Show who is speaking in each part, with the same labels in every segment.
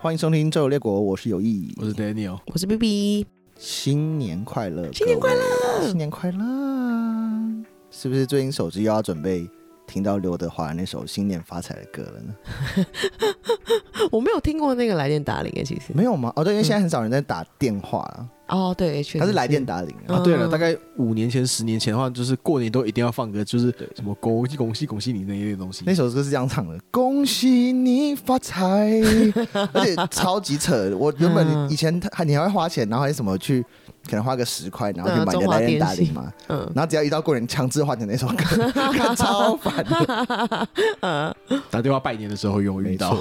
Speaker 1: 欢迎收听《周游列国》，我是有意，
Speaker 2: 我是 Daniel，
Speaker 3: 我是 B B，
Speaker 1: 新年快乐，
Speaker 3: 新年快
Speaker 1: 乐，新年快乐！是不是最近手机又要准备听到刘德华那首《新年发财》的歌了呢？
Speaker 3: 我没有听过那个来电打铃诶，其实
Speaker 1: 没有吗？哦，对，因为现在很少人在打电话了，
Speaker 3: 哦，嗯对，确实
Speaker 1: 他是来电打铃啊。
Speaker 2: 啊，对了，
Speaker 3: 嗯
Speaker 2: 大概五年前、十年前的话，就是过年都一定要放歌，就是什么恭喜恭喜恭喜你那一类的东西
Speaker 1: 那。首歌是这样唱的：“恭喜你发 财”，而且超级扯。我原本
Speaker 3: 嗯
Speaker 1: 以前他你还会花钱，然后还什么去，可能花个十块，然后去
Speaker 3: 嗯
Speaker 1: 买
Speaker 3: 中
Speaker 1: 个
Speaker 3: 华
Speaker 1: 来电
Speaker 3: 电
Speaker 1: 打铃
Speaker 3: 信
Speaker 1: 嘛。
Speaker 3: 嗯，
Speaker 1: 然后只要一到过年，强制换成那首歌， 看超烦的。
Speaker 2: 打电话拜年的时候有遇到
Speaker 1: 没，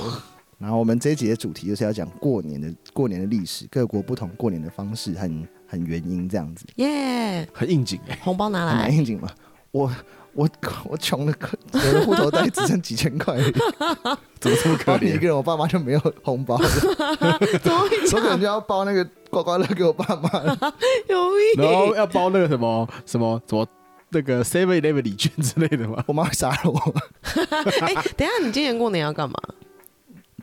Speaker 1: 然后我们这一集的主题就是要讲过年的过年的历史，各国不同过年的方式和和原因这样子，
Speaker 3: 耶，
Speaker 2: 很应景哎。
Speaker 3: 红包拿
Speaker 1: 很
Speaker 3: 来
Speaker 1: 蛮，应景嘛。我我我穷的，我的户头袋只剩几千块而 已，
Speaker 2: 怎么这么可
Speaker 1: 包 你一
Speaker 2: 怜？
Speaker 1: 个人，我爸妈就没有红包 了，
Speaker 3: 怎么会
Speaker 1: 我
Speaker 3: 这
Speaker 1: 可能
Speaker 3: 样？
Speaker 1: 就要包那个刮刮乐给我爸妈了。
Speaker 3: 有意
Speaker 2: 然后要包那个什么什么什么那个 Seven Eleven 礼券之类的吗？
Speaker 1: 我妈会杀了我。
Speaker 3: 哎，等一下，你今年过年要干嘛？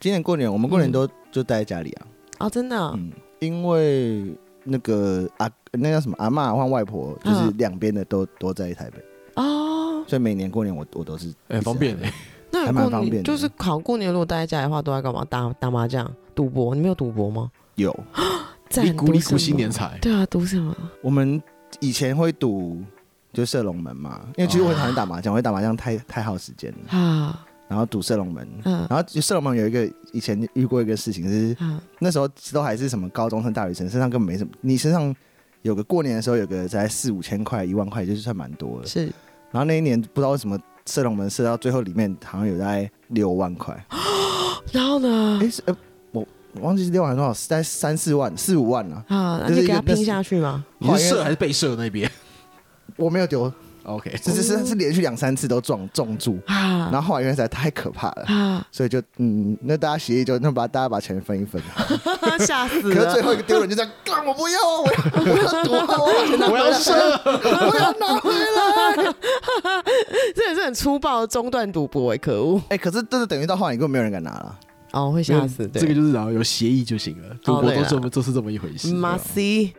Speaker 1: 今年过年，我们过年
Speaker 3: 嗯
Speaker 1: 都、就待在家里啊，
Speaker 3: 哦，真的哦，
Speaker 1: 嗯，因为那个阿那叫什么阿嬷换外婆，就是
Speaker 3: 嗯
Speaker 1: 两边的都都在台北，
Speaker 3: 哦，
Speaker 1: 所以每年过年我我都是
Speaker 2: 哎，方便哎，
Speaker 3: 那
Speaker 1: 还
Speaker 3: 有
Speaker 1: 蛮
Speaker 3: 过
Speaker 1: 方便的
Speaker 3: 年就是考过年，如果待在家里的话，都在干嘛？打打麻将、赌博？你没有赌博吗？
Speaker 1: 有。
Speaker 3: 在
Speaker 2: 一鼓一鼓新年财。
Speaker 3: 对啊，赌什么？
Speaker 1: 我们以前会赌就射龙门嘛，因为其实我很讨厌打麻将，我觉得打麻将太太耗时间了。
Speaker 3: 啊，
Speaker 1: 然后赌射龙门，
Speaker 3: 嗯
Speaker 1: 然后就射龙门有一个以前遇过一个事情是，
Speaker 3: 啊，
Speaker 1: 那时候都还是什么高中生、大学生，身上根本没什么，你身上。有个过年的时候，有个才四五千块、一万块，就是算蛮多的。
Speaker 3: 是
Speaker 1: 然后那一年不知道为什么射龙门射到最后，里面好像有大概六万块。
Speaker 3: 然后呢
Speaker 1: 哎、？是呃我我忘记是六万还是多少，是在三四万、四五万了、啊。
Speaker 3: 啊，那
Speaker 1: 这是
Speaker 3: 就
Speaker 1: 一
Speaker 3: 给
Speaker 1: 个
Speaker 3: 他
Speaker 1: 那是
Speaker 3: 拼下去嘛。
Speaker 2: 你是射还是被射那边
Speaker 1: 我没有丢，
Speaker 2: ？OK，
Speaker 1: 是是是是连续两三次都撞中住。
Speaker 3: 啊
Speaker 1: 然后后来因为实在太可怕了，
Speaker 3: 啊，
Speaker 1: 所以就嗯，那大家协议就那把大家把钱分 一分。
Speaker 3: 啊吓 死
Speaker 1: 可是最
Speaker 3: 了！
Speaker 1: 后一个丢人就这样，干我不要啊，我要我要躲啊，我把钱拿
Speaker 2: 我
Speaker 1: 回
Speaker 2: 要
Speaker 1: 来，
Speaker 2: 射。
Speaker 1: 我要拿回 来。
Speaker 3: 这也是很粗暴的中断赌博哎，可恶！
Speaker 1: 哎、可是这是等于到后来，根本没有人敢拿了。
Speaker 3: 哦，会吓死。对
Speaker 2: 这个就是然后有协议就行了，中国都这么都是这么一回事。
Speaker 3: 马 C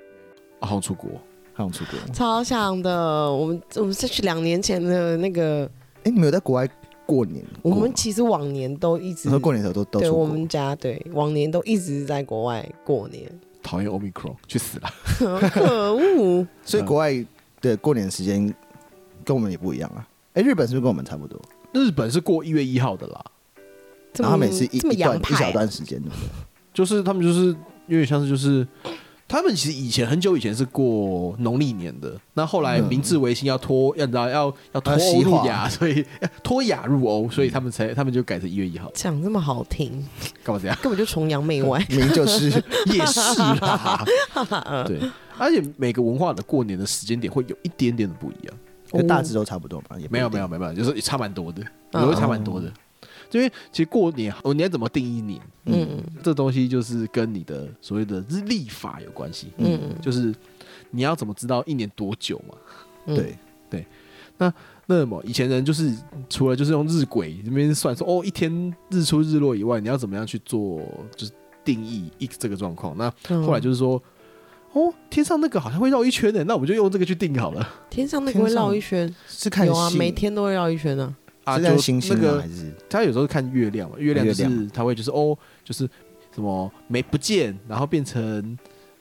Speaker 2: 啊好像出国，
Speaker 1: 好想出国。
Speaker 3: 超像的，我们我们是去两年前的那个，
Speaker 1: 哎、你们有在国外过年过
Speaker 3: 我
Speaker 1: 吗？
Speaker 3: 们其实往年都一直
Speaker 1: 你说呃过年的时候都都
Speaker 3: 对
Speaker 1: 出
Speaker 3: 我
Speaker 1: 国，
Speaker 3: 们家对往年都一直在国外过年，
Speaker 2: 讨厌 Omicron，去死啦！
Speaker 3: 可恶！
Speaker 1: 所以国外的过年时间跟我们也不一样啊。哎、日本是不是跟我们差不多？
Speaker 2: 日本是过一月一号的啦，
Speaker 3: 这
Speaker 1: 然后
Speaker 3: 么
Speaker 1: 他们也是一
Speaker 3: 这么
Speaker 1: 一段
Speaker 3: 洋
Speaker 1: 一小
Speaker 3: 派啊，
Speaker 1: 段时间的，
Speaker 2: 就是他们就是有点像是就是，他们其实以前很久以前是过农历年的，那后来明治维新要脱，要你知道要要脱
Speaker 1: 要西
Speaker 2: 欧
Speaker 1: 化
Speaker 2: 入亚， 所以脱亚入欧，所以他们才他们就改成一月一号，
Speaker 3: 讲这么好听，
Speaker 2: 干嘛 这样？
Speaker 3: 根本就崇洋媚外
Speaker 1: 明明 就是
Speaker 2: 也是 啦，对，而且每个文化的过年的时间点会有一点点的不一样。
Speaker 3: 哦
Speaker 1: 可大致都差不多嘛，也不
Speaker 2: 没有
Speaker 1: 一定
Speaker 2: 没有没有没有，就是差蛮多的，也
Speaker 3: 嗯
Speaker 2: 会差蛮多的。因为其实过年，哦，你要怎么定义年？
Speaker 3: 嗯
Speaker 2: 这东西就是跟你的所谓的日历法有关系。
Speaker 3: 嗯嗯
Speaker 2: 就是你要怎么知道一年多久嘛？
Speaker 3: 嗯
Speaker 1: 对，
Speaker 2: 那么以前人就是除了就是用日晷这边算说哦一天日出日落以外，你要怎么样去做就是定义一这个状况？那
Speaker 3: 嗯
Speaker 2: 后来就是说。哦，天上那个好像会绕一圈的，那我们就用这个去定好了
Speaker 3: 天上那个会绕一圈，
Speaker 1: 是看
Speaker 3: 有啊，
Speaker 1: 戏
Speaker 3: 每天都会绕一圈呢。
Speaker 2: 啊。
Speaker 1: 是
Speaker 2: 就
Speaker 1: 看星星
Speaker 2: 那
Speaker 1: 吗？
Speaker 2: 个
Speaker 1: 还是
Speaker 2: 他有时候看月亮嘛，月亮就
Speaker 1: 月
Speaker 2: 是他会就是哦，就是什么没不见，然后变成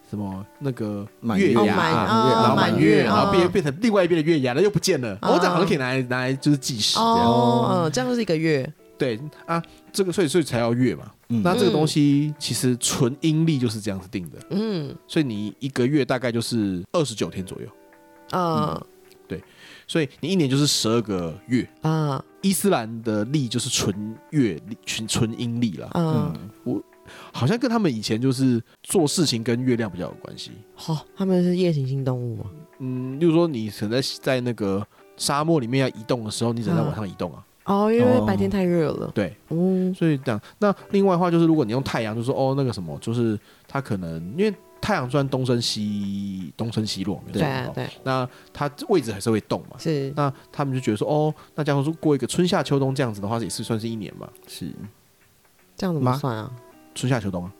Speaker 2: 什么那个
Speaker 1: 满
Speaker 2: 月
Speaker 1: 月
Speaker 2: 牙，
Speaker 1: 哦满
Speaker 3: 啊
Speaker 2: 然后满
Speaker 3: 满
Speaker 2: 月，
Speaker 3: 月
Speaker 2: 然后变
Speaker 3: 嗯
Speaker 2: 变成另外一边的月牙，然后又不见了。哦，这样好像可以拿来拿来就是计时这样。
Speaker 3: 哦，嗯，这样就是一个月，
Speaker 2: 对啊，这个所以所以才要月嘛。
Speaker 1: 嗯
Speaker 2: 那这个东西其实纯阴历就是这样子定的，
Speaker 3: 嗯
Speaker 2: 所以你一个月大概就是二十九天左右，
Speaker 3: 啊
Speaker 2: 所以你一年就是十二个月。
Speaker 3: 啊
Speaker 2: 伊斯兰的历就是纯月历，纯纯阴历啦。
Speaker 3: 啊！
Speaker 1: 嗯，
Speaker 2: 好像跟他们以前就是做事情跟月亮比较有关系。
Speaker 3: 好，他们是夜行性动物嘛？
Speaker 2: 嗯，例如说你可能在在那个沙漠里面要移动的时候，你只能在
Speaker 3: 嗯
Speaker 2: 晚上移动啊。
Speaker 3: 哦，因为
Speaker 1: 哦
Speaker 3: 白天太热了。
Speaker 2: 对，
Speaker 3: 哦，
Speaker 2: 所以这样。那另外的话就是，如果你用太阳，就说哦那个什么，就是它可能因为太阳虽然东升西东升西落，没有
Speaker 3: 对
Speaker 2: 错
Speaker 3: 啊
Speaker 2: 哦，
Speaker 3: 对，
Speaker 2: 那它位置还是会动嘛。
Speaker 3: 是
Speaker 2: 那他们就觉得说，哦，那假如说过一个春夏秋冬这样子的话，也是算是一年嘛。
Speaker 1: 是
Speaker 3: 这样怎么
Speaker 1: 吗
Speaker 3: 算啊？
Speaker 2: 春夏秋冬啊，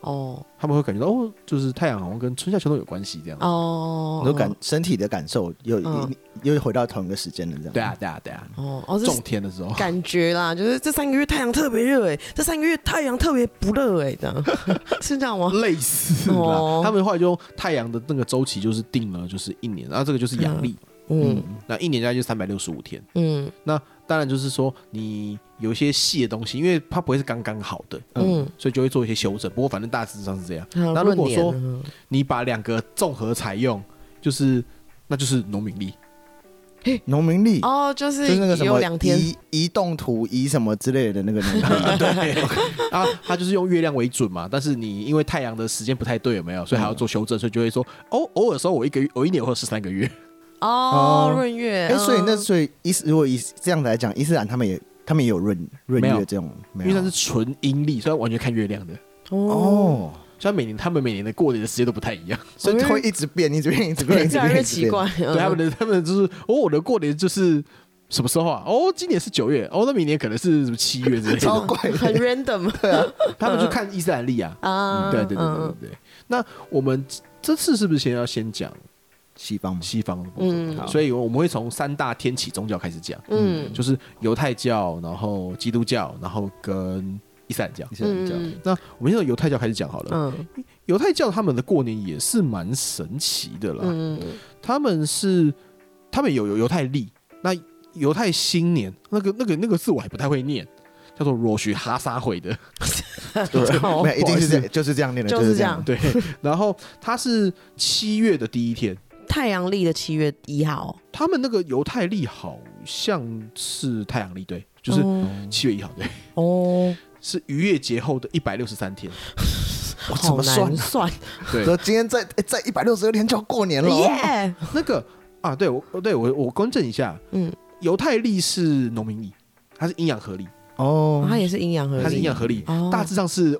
Speaker 3: 哦
Speaker 2: 他们会感觉到哦，就是太阳好像跟春夏秋冬有关系这样。
Speaker 3: 哦，
Speaker 1: 你都感身体的感受又
Speaker 3: 嗯
Speaker 1: 又回到同一个时间了，这样。
Speaker 2: 对啊，，对啊，对啊，
Speaker 3: 哦哦，这
Speaker 2: 种
Speaker 3: 是
Speaker 2: 天的时候，
Speaker 3: 感觉啦，就是这三个月太阳特别热哎，这三个月太阳特别不热哎，这样 是这样吗？
Speaker 2: 类似啦，
Speaker 3: 哦
Speaker 2: 他们后来就用太阳的那个周期就是定了，就是一年，然啊后这个就是阳历，
Speaker 3: 嗯
Speaker 2: 那一年大概就三百六十五天。
Speaker 3: 嗯
Speaker 2: 当然就是说你有一些细的东西，因为它不会是刚刚好的，
Speaker 3: 嗯，
Speaker 2: 所以就会做一些修正。不过反正大致上是这样。
Speaker 3: 嗯
Speaker 2: 那如果
Speaker 3: 闰年
Speaker 2: 说
Speaker 3: 嗯
Speaker 2: 你把两个综合采用，就是那就是农民历，
Speaker 1: 农民历
Speaker 3: 哦，就
Speaker 1: 就是是那个什
Speaker 3: 有
Speaker 1: 么
Speaker 3: 两天
Speaker 1: 移移动图、移什么之类的那个农民 历。
Speaker 2: 对啊，它就是用月亮为准嘛。但是你因为太阳的时间不太对，有没有？所以还要做修正，所以就会说哦，偶尔说我一个月，我一年会有十三个月，
Speaker 3: 哦
Speaker 1: 哦，
Speaker 3: 闰月，
Speaker 1: 哎，所以那
Speaker 3: 嗯
Speaker 1: 所以伊斯如果以这样子来讲，伊斯兰他们也他们也有闰闰
Speaker 2: 没有
Speaker 1: 月这种，
Speaker 2: 因
Speaker 1: 没
Speaker 2: 为
Speaker 1: 有
Speaker 2: 它是纯阴历，所以它完全看月亮的。
Speaker 3: 哦，
Speaker 1: 哦，
Speaker 2: 虽然每年他们每年的过年的时间都不太一样，
Speaker 1: 所以会一直变，一直变，一直 变，一直
Speaker 3: 越来
Speaker 1: 变，
Speaker 3: 越
Speaker 1: 一直
Speaker 3: 奇
Speaker 1: 变。
Speaker 3: 怪，嗯对
Speaker 2: 对他们的他们就是哦，我的过年就是什么时候啊？哦，今年是九月，哦，那明年可能是什么七月之类
Speaker 1: 超
Speaker 2: 的。
Speaker 1: 怪的
Speaker 3: 很 random
Speaker 2: 他们就看伊斯兰历啊，
Speaker 3: 啊，
Speaker 2: 对对对对
Speaker 3: 嗯
Speaker 2: 对对。那我们这次是不是先要先讲
Speaker 1: 西方嘛，
Speaker 2: 西方的部
Speaker 3: 嗯
Speaker 2: 分？所以我们会从三大天启宗教开始讲，
Speaker 3: 嗯嗯
Speaker 2: 就是犹太教，然后基督教，然后跟伊斯兰教。
Speaker 1: 伊斯兰教
Speaker 3: 嗯
Speaker 2: 那我们先从犹太教开始讲好了。
Speaker 3: 嗯
Speaker 2: 犹太教他们的过年也是蛮神奇的啦，
Speaker 3: 嗯
Speaker 2: 他们是他们有有犹太历，那犹太新年那个那个那个字我还不太会念，叫做若许哈撒会的。
Speaker 3: 好
Speaker 2: 啊
Speaker 1: 对，没有一定是这就是这样念的，
Speaker 3: 就
Speaker 1: 是
Speaker 3: 是这
Speaker 1: 这
Speaker 3: 样
Speaker 1: 样。
Speaker 2: 对， 然后它是七月的第一天，
Speaker 3: 太阳历的七月一号，
Speaker 2: 他们那个犹太历好像是太阳历，对，就是
Speaker 3: 哦
Speaker 2: 七月一号，对，
Speaker 3: 哦，
Speaker 2: 是逾越节后的一百六十三天。
Speaker 1: 我怎
Speaker 3: 好
Speaker 1: 么算
Speaker 3: 难哦
Speaker 1: 啊？
Speaker 3: 算，
Speaker 2: 对，
Speaker 1: 说今天在哎在一百六十二天就要过
Speaker 2: 哎
Speaker 1: 年了哦，
Speaker 3: 耶，
Speaker 2: 那个啊，对我对我我更正一下，
Speaker 3: 嗯，
Speaker 2: 犹太历是农民历，它是阴阳合历，
Speaker 1: 哦
Speaker 3: 它也是阴阳合历，
Speaker 2: 它是阴阳合历，
Speaker 3: 哦
Speaker 2: 大致上是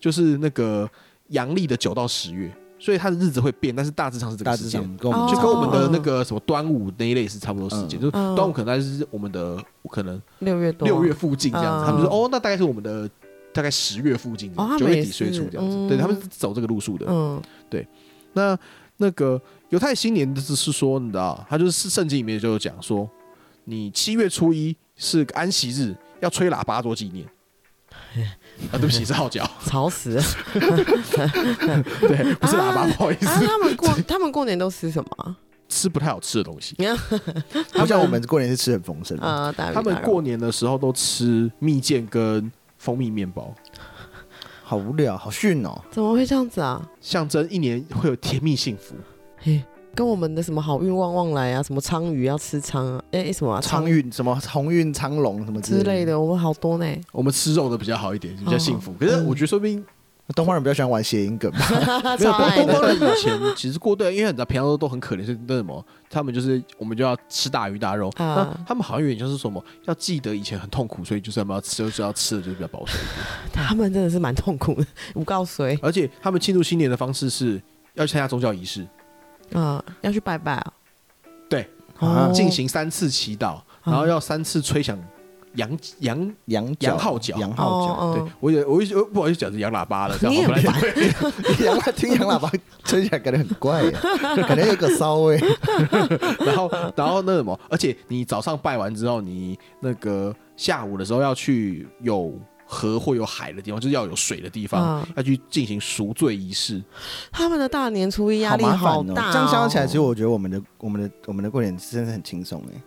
Speaker 2: 就是那个阳历的九到十月，所以它的日子会变，但是大致上是这个
Speaker 1: 大
Speaker 2: 时
Speaker 1: 致
Speaker 2: 间
Speaker 1: 上。跟我
Speaker 3: 哦
Speaker 1: 们
Speaker 2: 就跟我们的
Speaker 3: 嗯
Speaker 2: 那个什么端午那一类是差不多时
Speaker 1: 嗯
Speaker 2: 间，就是
Speaker 3: 嗯
Speaker 2: 端午可能大概是我们的可能
Speaker 3: 六月多，
Speaker 2: 六月附近这样子，
Speaker 3: 嗯
Speaker 2: 他们就说哦，那大概是我们的大概十月附近
Speaker 3: 哦他，们
Speaker 2: 九月
Speaker 3: 也
Speaker 2: 底
Speaker 3: 是
Speaker 2: 十月初这样子，
Speaker 3: 嗯
Speaker 2: 对他们是走这个路数的。
Speaker 3: 嗯
Speaker 2: 那那个犹太新年就是是说，你知道，他就是圣经里面就有讲说，你七月初一是个安息日，要吹喇叭做纪念。啊，对不起，是号角，
Speaker 3: 吵死了
Speaker 2: 对，不是喇叭，
Speaker 3: 啊
Speaker 2: 不好意
Speaker 3: 啊！
Speaker 2: 思，
Speaker 3: 他们过 他们过年都吃什么啊？
Speaker 2: 吃不太好吃的东西。
Speaker 1: 不像我们过年是吃很丰盛的，
Speaker 3: 啊，大鱼
Speaker 2: 嗯他们
Speaker 3: 大肉
Speaker 2: 过年的时候都吃蜜饯跟蜂蜜面包，
Speaker 1: 好无聊，好逊哦。
Speaker 3: 怎么会这样子啊？
Speaker 2: 象征一年会有甜蜜幸福。
Speaker 3: 嘿，跟我们的什么好运旺旺来啊，什么鲳鱼要吃鲳啊，哎、什么啊
Speaker 1: 苍运什么鸿运苍龙什么
Speaker 3: 之类，的，我们好 多呢。
Speaker 2: 我们吃肉的比较好一点，比较幸
Speaker 3: 嗯
Speaker 2: 福。可是我觉得说不定
Speaker 1: 东方人比较喜欢玩谐音梗吧？
Speaker 2: 没有
Speaker 3: 超
Speaker 2: 东
Speaker 3: 爱
Speaker 2: 东
Speaker 3: 的
Speaker 2: 方人以前其实过对，因为你知道平常都很可怜，所以那什么，他们就是我们就要吃大鱼大肉。
Speaker 3: 啊
Speaker 2: 那他们好像有点像是什么，要记得以前很痛苦，所以就是他们要吃，就是要吃的就是比较保守。
Speaker 3: 他们真的是蛮痛苦的，我告诉谁
Speaker 2: 而且他们庆祝新年的方式是要参加宗教仪式，
Speaker 3: 啊，要去拜拜啊，
Speaker 2: 对，
Speaker 1: 啊
Speaker 3: 哦嗯
Speaker 2: 进行三次祈祷，然后要三次吹响羊羊。
Speaker 1: 羊
Speaker 2: 羊号角
Speaker 1: 羊号
Speaker 3: 哦
Speaker 2: 对
Speaker 3: 哦，
Speaker 2: 我也我一不好意思讲是羊喇叭了，这样
Speaker 3: 你也
Speaker 2: 我本来
Speaker 3: 不
Speaker 1: 角，羊 听羊喇叭吹起来感觉很怪 耶，感觉有个骚味。
Speaker 2: 然后，然后那什
Speaker 3: 嗯
Speaker 2: 么，而且你早上拜完之后，你那个下午的时候要去有河或有海的地方，
Speaker 3: 嗯
Speaker 2: 就是要有水的地方，
Speaker 3: 啊
Speaker 2: 要去进行赎罪仪式。
Speaker 3: 他们的大年初一压力
Speaker 1: 麻
Speaker 3: 好
Speaker 1: 烦哦！
Speaker 3: 大、
Speaker 1: 这样想起来，其实我觉得我们的、我们的、我们的过年真的很轻松哎，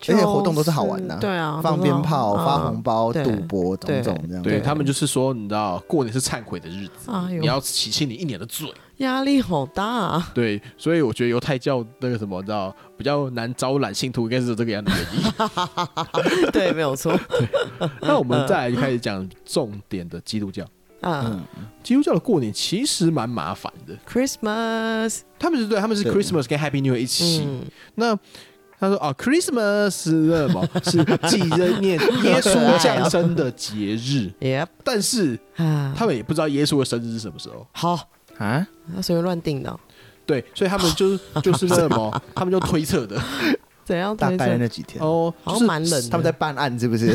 Speaker 3: 就是，
Speaker 1: 而且活动都是好玩的
Speaker 3: 对啊，
Speaker 1: 放鞭炮、发红
Speaker 3: 包
Speaker 1: 包、
Speaker 3: 对
Speaker 1: 赌博种种这样。
Speaker 2: 对
Speaker 3: 对
Speaker 2: 他们就是说，你知道，过年是忏悔的日子，
Speaker 3: 哎呦
Speaker 2: 你要洗清你一年的罪。
Speaker 3: 压力好大、 啊，
Speaker 2: 对，所以我觉得犹太教那个什么，你知道，比较难招揽信徒，应该是有这个样的原因。
Speaker 3: 对，没有错
Speaker 2: 那我
Speaker 3: 嗯
Speaker 2: 们再来就开始讲重点的基督教。
Speaker 3: 啊、
Speaker 1: 嗯，
Speaker 2: 基督教的过年其实蛮麻烦的，
Speaker 3: c h r i s t m a s
Speaker 2: 他们是对，他们是
Speaker 1: 对
Speaker 2: Christmas 跟 Happy New Year 一起。
Speaker 3: 嗯，
Speaker 2: 那他说啊，Christmas 是什 么？是纪念耶稣降生的节日。
Speaker 3: ，Yep
Speaker 2: 但是
Speaker 3: 啊，
Speaker 2: 他们也不知道耶稣的生日是什么时候，
Speaker 3: 好，
Speaker 1: 啊，
Speaker 3: 他随便乱定的哦、
Speaker 2: 对，所以他们就是就是那什么，他们就推测的。
Speaker 3: 怎样
Speaker 1: 大
Speaker 3: 推
Speaker 1: 概
Speaker 3: 测？
Speaker 1: 那几天，
Speaker 2: 哦，
Speaker 3: 好
Speaker 2: 就
Speaker 3: 像
Speaker 2: 是
Speaker 3: 蛮冷的。
Speaker 1: 他们在办案是不 是？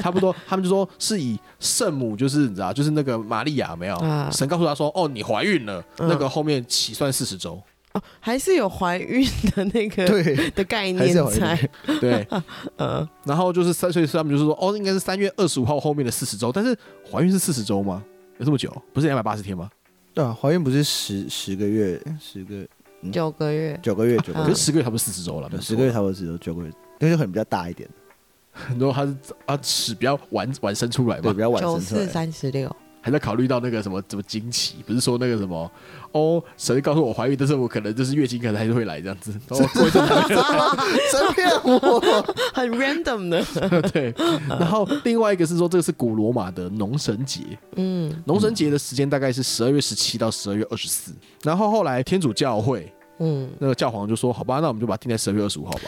Speaker 2: 差不多，他们就说是以圣母，就是你知道，就是那个玛利亚没有，
Speaker 3: 啊
Speaker 2: 神告诉他说，哦，你怀孕了，
Speaker 3: 嗯
Speaker 2: 那个后面起算四十周，
Speaker 3: 哦，还是有怀孕的那个
Speaker 1: 对，
Speaker 3: 的概
Speaker 1: 还
Speaker 3: 念
Speaker 1: 是有怀
Speaker 3: 在
Speaker 1: 孕。
Speaker 2: 对，
Speaker 3: 呃，
Speaker 2: 然后就是三，所以他们就是说，哦，应该是三月二十五号后面的四十周，但是怀孕是四十周吗？有这么久？不是两百八十天吗？
Speaker 1: 对啊，怀孕不是十十个月，十个
Speaker 3: 九个月，
Speaker 1: 九个月，九个
Speaker 2: 可
Speaker 1: 月
Speaker 3: 嗯
Speaker 2: 是，十个月差不多四十周了，没有
Speaker 1: 十
Speaker 2: 错
Speaker 1: 个月，差不多只有九个月，那就可能比较大一点，
Speaker 2: 然后他是啊尺比较晚晚生出来
Speaker 1: 对，
Speaker 2: 嘛
Speaker 1: 比，较晚
Speaker 3: 九
Speaker 1: 生出
Speaker 3: 四
Speaker 1: 来。
Speaker 3: 三十六，
Speaker 2: 还在考虑到那个什么什么经期，不是说那个什么哦，神告诉我怀孕，但是我可能就是月经可能还是会来这样子，哦然后过一阵子
Speaker 1: 真骗我！
Speaker 3: 很 random 的。
Speaker 2: 对，然后另外一个是说这个是古罗马的农神节，
Speaker 3: 嗯
Speaker 2: 农神节的时间大概是十二月十七到十二月二十四，然后后来天主教会
Speaker 3: 嗯，
Speaker 2: 那个教皇就说，好吧，那我们就把它定在十二月二十五号吧，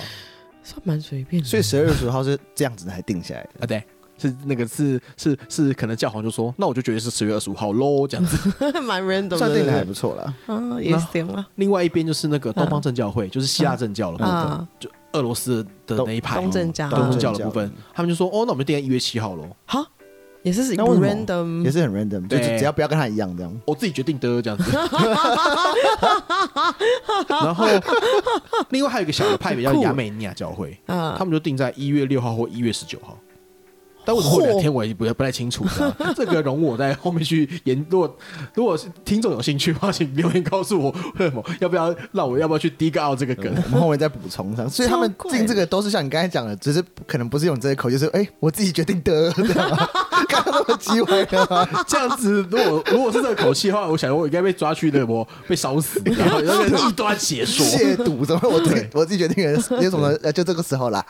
Speaker 3: 算蛮随便的。
Speaker 1: 所以十二月十五号是这样子才定下来的。
Speaker 2: 啊对。是那个是是是，可能教皇就说，那我就觉得是十月二十五号喽，这样子。
Speaker 3: 蛮 random
Speaker 1: 算
Speaker 3: 的，
Speaker 1: 定的还
Speaker 3: 对
Speaker 1: 不错啦，
Speaker 3: 不对啊，也行啊
Speaker 2: 另外一边就是那个东方正教会，就是希腊正教了，
Speaker 3: 啊，
Speaker 2: 俄罗斯的那一派
Speaker 3: 东正教，
Speaker 2: 东
Speaker 1: 东
Speaker 2: 正
Speaker 1: 正
Speaker 2: 教
Speaker 1: 教
Speaker 2: 的部分，他们就说，哦，那我们就定在一月七号喽，
Speaker 3: 好，也是
Speaker 1: 那为什么
Speaker 3: random，
Speaker 1: 也是很 random，就
Speaker 2: 对
Speaker 1: 是只要不要跟他一样这样。
Speaker 2: 我自己决定的这样子。然后，另外还有一个小的派别叫
Speaker 3: 酷
Speaker 2: 亚美尼亚教会，
Speaker 3: 啊
Speaker 2: 他，们就定在一月六号或一月十九号。但为什么会有两天我也不不太清楚，你知道吗这个容我在后面去研。如果如果是听众有兴趣的话，请留言告诉我，为什么要不要让我要不要去 dig out 这个
Speaker 1: 对
Speaker 2: 梗
Speaker 1: 我？们后面再补充上，所以他们
Speaker 3: 超怪
Speaker 1: 定这个都是像你刚才讲的，只是可能不是用这个口，就是哎、我自己决定的，这样吗刚刚那么机会的吗？
Speaker 2: 这样子，如果如果是这个口气的话，我想我应该被抓去那波被烧死，你知道吗那个异端邪说。
Speaker 1: 亵渎怎么我自己我自己决定的，有什么呃就这个时候啦，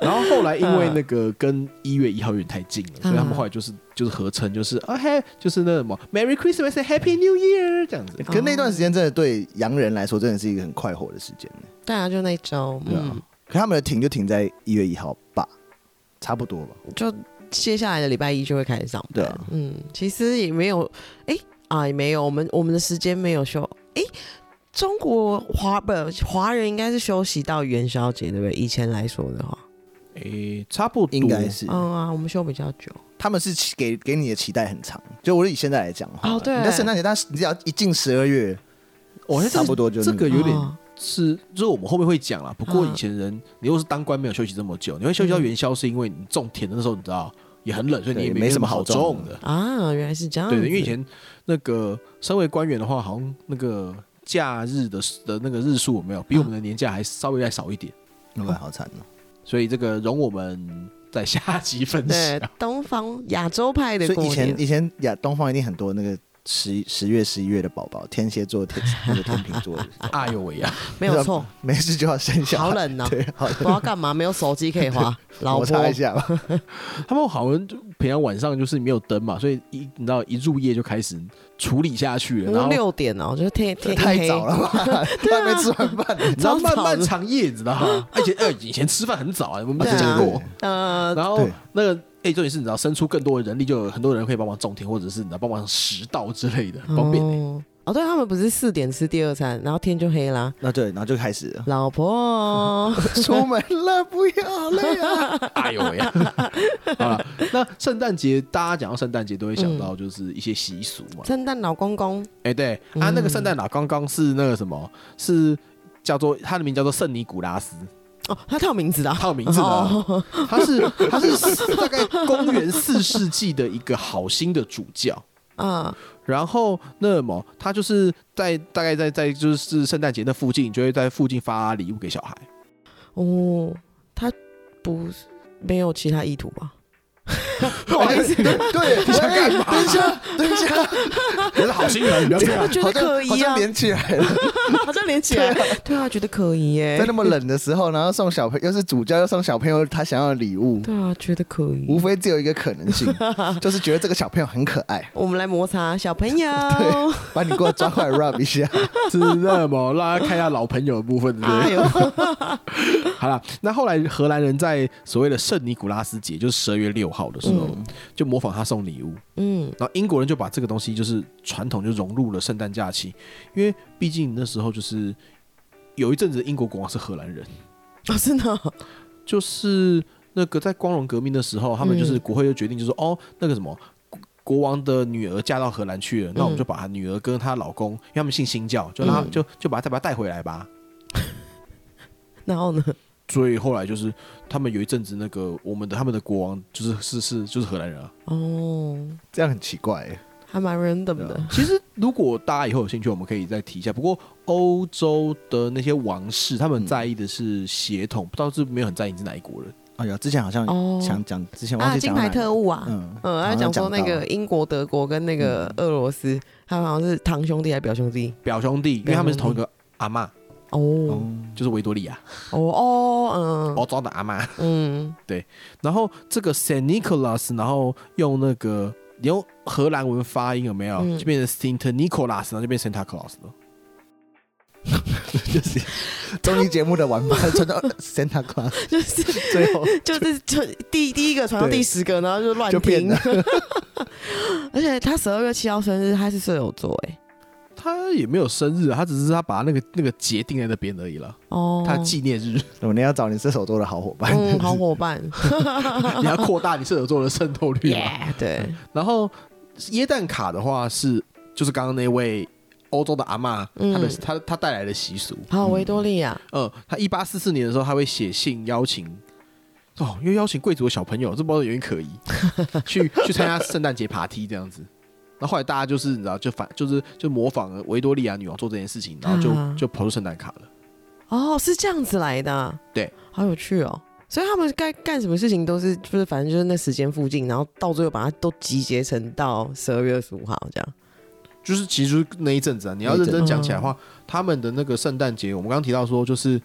Speaker 2: 然后后来因为那个跟一月一号有点太近
Speaker 1: 嗯
Speaker 2: 了，所以他们后来就是就是合称，就是啊嘿，就是那什么 Merry Christmas and Happy New Year 这样子。
Speaker 1: 可那段时间真的对洋人来说真的是一个很快活的时间，
Speaker 3: 对啊，就那一周，
Speaker 1: 对啊
Speaker 3: 嗯，。
Speaker 1: 可他们的停就停在一月一号吧，差不多吧。
Speaker 3: 就接下来的礼拜一就会开始上
Speaker 1: 对
Speaker 3: 班
Speaker 1: 啊。
Speaker 3: 嗯，其实也没有，哎啊也没有，我们我们的时间没有休，哎。中国华不华人应该是休息到元宵节，对不对？以前来说的话，
Speaker 2: 诶，差不多
Speaker 1: 应该是，
Speaker 3: 嗯啊，我们休比较久。
Speaker 1: 他们是期给给你的期待很长。就我以现在来讲的话，
Speaker 3: 哦对
Speaker 1: 你在圣诞节，但是你只要一进十二月，
Speaker 2: 哦，那这
Speaker 1: 差不多就
Speaker 2: 这
Speaker 1: 那
Speaker 2: 个有点
Speaker 3: 哦
Speaker 2: 是，就是我们后面会讲啦。不过
Speaker 3: 嗯
Speaker 2: 以前人，你又是当官没有休息这么久，你会休息到元宵，是因为你种田的那时候你知道也很冷，所以你
Speaker 1: 对
Speaker 2: 也
Speaker 1: 没什么
Speaker 2: 好
Speaker 1: 好嗯
Speaker 2: 种
Speaker 1: 种
Speaker 2: 的。
Speaker 3: 啊，原来是这样子。
Speaker 2: 对，因为以前那个身为官员的话，好像那个假日的的那个日数有没有比我们的年假还稍微再少一点，
Speaker 1: 那么好惨哦。
Speaker 2: 所以这个容我们在下集分析
Speaker 3: 对。东方亚洲派的
Speaker 1: 啊所
Speaker 3: 过
Speaker 1: 以以
Speaker 3: 年
Speaker 1: 前以前亚东方一定很多那个十十月十一月的宝宝，天蝎座、 天那个天秤座的，
Speaker 2: 哎呦喂呀，
Speaker 3: 没有错，
Speaker 1: 没事就要 生小
Speaker 3: 好
Speaker 1: 孩，
Speaker 3: 冷呐、
Speaker 1: 对，好
Speaker 3: 不知道干嘛，没有手机可 以滑，老
Speaker 1: 摩
Speaker 3: 婆
Speaker 1: 擦一下吧。
Speaker 2: 他们好像就平常晚上就是没有灯嘛，所以一你知道一入夜就开始处理下去了，然后
Speaker 3: 六点哦、我觉得天天
Speaker 1: 太
Speaker 3: 黑啊
Speaker 1: 早了 吧？都还没吃完饭呢。
Speaker 2: 你知道
Speaker 3: 超
Speaker 2: 漫
Speaker 3: 早
Speaker 2: 漫
Speaker 3: 的
Speaker 2: 长夜，你知道吗？ 而且呃，以前吃饭很早啊，我们
Speaker 3: 对啊
Speaker 2: 讲过。
Speaker 3: 呃，
Speaker 2: 然后
Speaker 1: 对
Speaker 2: 那个哎，重点是你知道，生出更多的人力，就有很多人可以帮忙种田，或者是你知道帮忙拾稻之类的，很方便欸。
Speaker 3: 哦，哦对他们不是四点吃第二餐，然后天就黑啦。
Speaker 1: 那对，然后就开 始了
Speaker 3: 老婆，
Speaker 1: 出门了，不要累啊！
Speaker 2: 哎呦 喂！啊，那圣诞节大家讲到圣诞节都会想到
Speaker 3: 嗯
Speaker 2: 就是一些习俗嘛。
Speaker 3: 圣诞老公公，
Speaker 2: 哎、对啊，那个圣诞老刚刚是那个什么，是叫做他的名叫做圣尼古拉斯，
Speaker 3: 哦，他他有名字的啊，
Speaker 2: 他有名字的啊， 他是他是大概公元四世纪的一个好心的主教。
Speaker 3: 啊，
Speaker 2: 然后那么他就是在大概在在就是圣诞节那附近，就会在附近发礼物给 小孩。
Speaker 3: 哦，他不是没有其他意图 吧？
Speaker 2: 不 好意思，
Speaker 1: 对，
Speaker 2: 你想干嘛
Speaker 1: 喂等一 下，等一下，
Speaker 2: 你是好心人，不要这样
Speaker 3: 我。 觉得
Speaker 1: 啊好像
Speaker 3: 可以
Speaker 1: 好
Speaker 3: 啊
Speaker 1: 像，连起来了。
Speaker 3: 好像连起来，对啊，觉得可以耶
Speaker 1: 在，那么冷的时候，然后送小朋友，又是主教，又送小朋友他想要的礼物，
Speaker 3: 对啊，觉得可以，
Speaker 1: 无非只有一个可 能性，就是觉得这个小朋友很可爱，
Speaker 3: 我们来摩擦小朋友
Speaker 1: 把你给我抓过来 rub 一下。
Speaker 2: 是那么让他看一下老朋友的部分，对不
Speaker 3: 哎
Speaker 2: 对？
Speaker 3: 呦，
Speaker 2: 好了，那后来荷兰人在所谓的圣尼古拉斯节，就是十二月六号的时候，就模仿他送礼物，
Speaker 3: 嗯，
Speaker 2: 然后英国人就把这个东西就是传统就融入了圣诞假期，因为毕竟那时候就是有一阵子英国国王是荷兰人，
Speaker 3: 哦，真的哦，
Speaker 2: 就是那个在光荣革命的时候，他们就是
Speaker 3: 嗯
Speaker 2: 国会就决定，就说、哦，那个什么。国王的女儿嫁到荷兰去了，那我们就把她女儿跟她老公，因为他们信新教，就让她、
Speaker 3: 嗯
Speaker 2: 就就把她再把她带回来吧。
Speaker 3: 然后呢？
Speaker 2: 所以后来就是他们有一阵子，那个我们的他们的国王就是是是就是荷兰人啊。
Speaker 3: 哦，
Speaker 1: 这样很奇怪欸。
Speaker 3: 还蛮 random
Speaker 2: 对
Speaker 3: 的
Speaker 2: 啊。其实如果大家以后有兴趣，我们可以再提一下。不过欧洲的那些王室，他们在意的是血统，不知道是没有很在意你是哪一国人。
Speaker 1: 哎呀，之前好像
Speaker 3: 哦
Speaker 1: 想讲，之前忘
Speaker 3: 啊，
Speaker 1: 记
Speaker 3: 金
Speaker 1: 讲到
Speaker 3: 牌
Speaker 1: 哪里
Speaker 3: 特务啊，
Speaker 1: 嗯
Speaker 3: 嗯，他
Speaker 1: 好像
Speaker 3: 讲说
Speaker 1: 到嗯
Speaker 3: 那个英国、德国跟那个俄罗斯，他们好像是堂兄弟还是表兄弟？
Speaker 2: 表兄弟，因为他们是同一个阿嬷，
Speaker 3: 哦
Speaker 1: 哦
Speaker 2: 就是维多利亚，
Speaker 3: 哦哦，
Speaker 2: 欧洲的阿嬷。
Speaker 3: 嗯嗯，
Speaker 2: 然后这个 Saint Nicholas，然后用那个你用荷兰文发音有没有？
Speaker 3: 嗯
Speaker 2: 就变成 Saint Nicholas，然后就变 Santa Claus 了。
Speaker 1: 就是 综艺节目的玩法， 传到 Santa Claus，
Speaker 3: 就是
Speaker 1: 最后
Speaker 3: 就是就第第一个传到
Speaker 1: 对
Speaker 3: 第十个，然后就乱
Speaker 1: 就变
Speaker 3: 听
Speaker 1: 了。。
Speaker 3: 而且他十二月七号生日，他是射手座哎。
Speaker 2: 他也没有生日啊，他只是他把那个那个节定在那边而已了，
Speaker 3: 哦，
Speaker 2: 他的纪念日。
Speaker 1: 我们要找你射手座的好伙伴，
Speaker 3: 嗯，好伙伴，
Speaker 2: 你要扩大你射手座的渗透率嘛。
Speaker 3: 耶，对，
Speaker 2: 然后耶诞卡的话是，就是刚刚那位欧洲的阿嬷，
Speaker 3: 嗯
Speaker 2: 她的她她带来的习俗。
Speaker 3: 还有维多利亚，
Speaker 2: 嗯，她一八四四年的时候，她会写信邀请，哦，因为邀请贵族的小朋友，这不知道有点可疑，去去参加圣诞节爬梯这样子。然后后来大家就是你知道，就反就是就模仿了维多利亚女王做这件事情，然后就、
Speaker 3: 啊
Speaker 2: 就跑出圣诞卡了。
Speaker 3: 哦，是这样子来的啊，
Speaker 2: 对，
Speaker 3: 好有趣哦。所以他们该干什么事情都是，就是反正就是那时间附近，然后到最后把它都集结成到十二月二十五号这样。
Speaker 2: 就是其实就是那一阵子啊，你要认真讲起来的话，他们的那个圣诞节，我们刚刚提到说，就是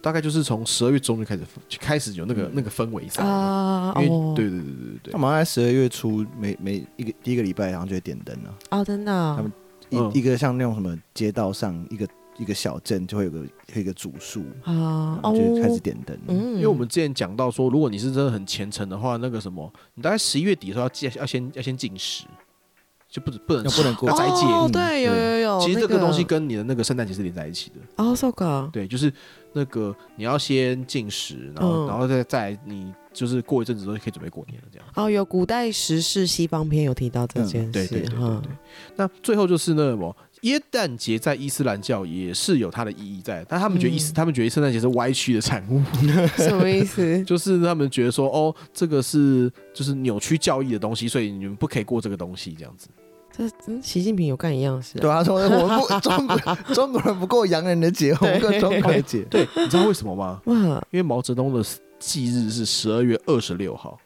Speaker 2: 大概就是从十二月中就开始就开始有那个、那个氛围在了，
Speaker 3: 啊
Speaker 2: 因为、
Speaker 3: 哦，
Speaker 2: 对对对对对
Speaker 1: 他们在十二月初每每一个第一个礼拜，然后就会点灯了。
Speaker 3: 哦，真的啊
Speaker 1: 他们一、
Speaker 2: 嗯
Speaker 1: 一个像那种什么街道上一个一个小镇，就会有个有一个主树，
Speaker 3: 啊
Speaker 1: 然
Speaker 3: 哦
Speaker 1: 后，就开始点灯。
Speaker 3: 嗯，
Speaker 2: 因为我们之前讲到说，如果你是真的很虔诚的话，那个什么，你大概十一月底的时候要戒，要先要先禁食，就不不能
Speaker 1: 要不能过
Speaker 2: 斋戒。
Speaker 3: 哦，
Speaker 1: 嗯
Speaker 3: 对，有有有，
Speaker 2: 其实这
Speaker 3: 那
Speaker 2: 个东西跟你的那个圣诞节是连在一起的，
Speaker 3: 哦，so g
Speaker 2: 对，就是那个你要先进食，然后、
Speaker 3: 嗯
Speaker 2: 然后再再来你就是过一阵子之后就可以准备过年了，这样。
Speaker 3: 哦，有古代时事西方篇有提到这件事，
Speaker 2: 嗯对对对对
Speaker 3: 哈
Speaker 2: 对。那最后就是那什么，耶诞节在伊斯兰教也是有它的意义在，但他们觉得伊斯，
Speaker 3: 嗯
Speaker 2: 他们觉得圣诞节是歪曲的产 物，？
Speaker 3: 什么意思
Speaker 2: 就是他们觉得说，哦，这个是就是扭曲教义的东西，所以你们不可以过这个东西这样子。
Speaker 3: 这嗯习近平有干一样的事
Speaker 1: 对
Speaker 3: 啊，
Speaker 1: 啊，他说我们不中国中国人不过洋人的节，我们过中国的节。
Speaker 2: 对，你知道为什么吗？
Speaker 3: 哇，
Speaker 2: 因为毛泽东的忌日是十二月二十六号，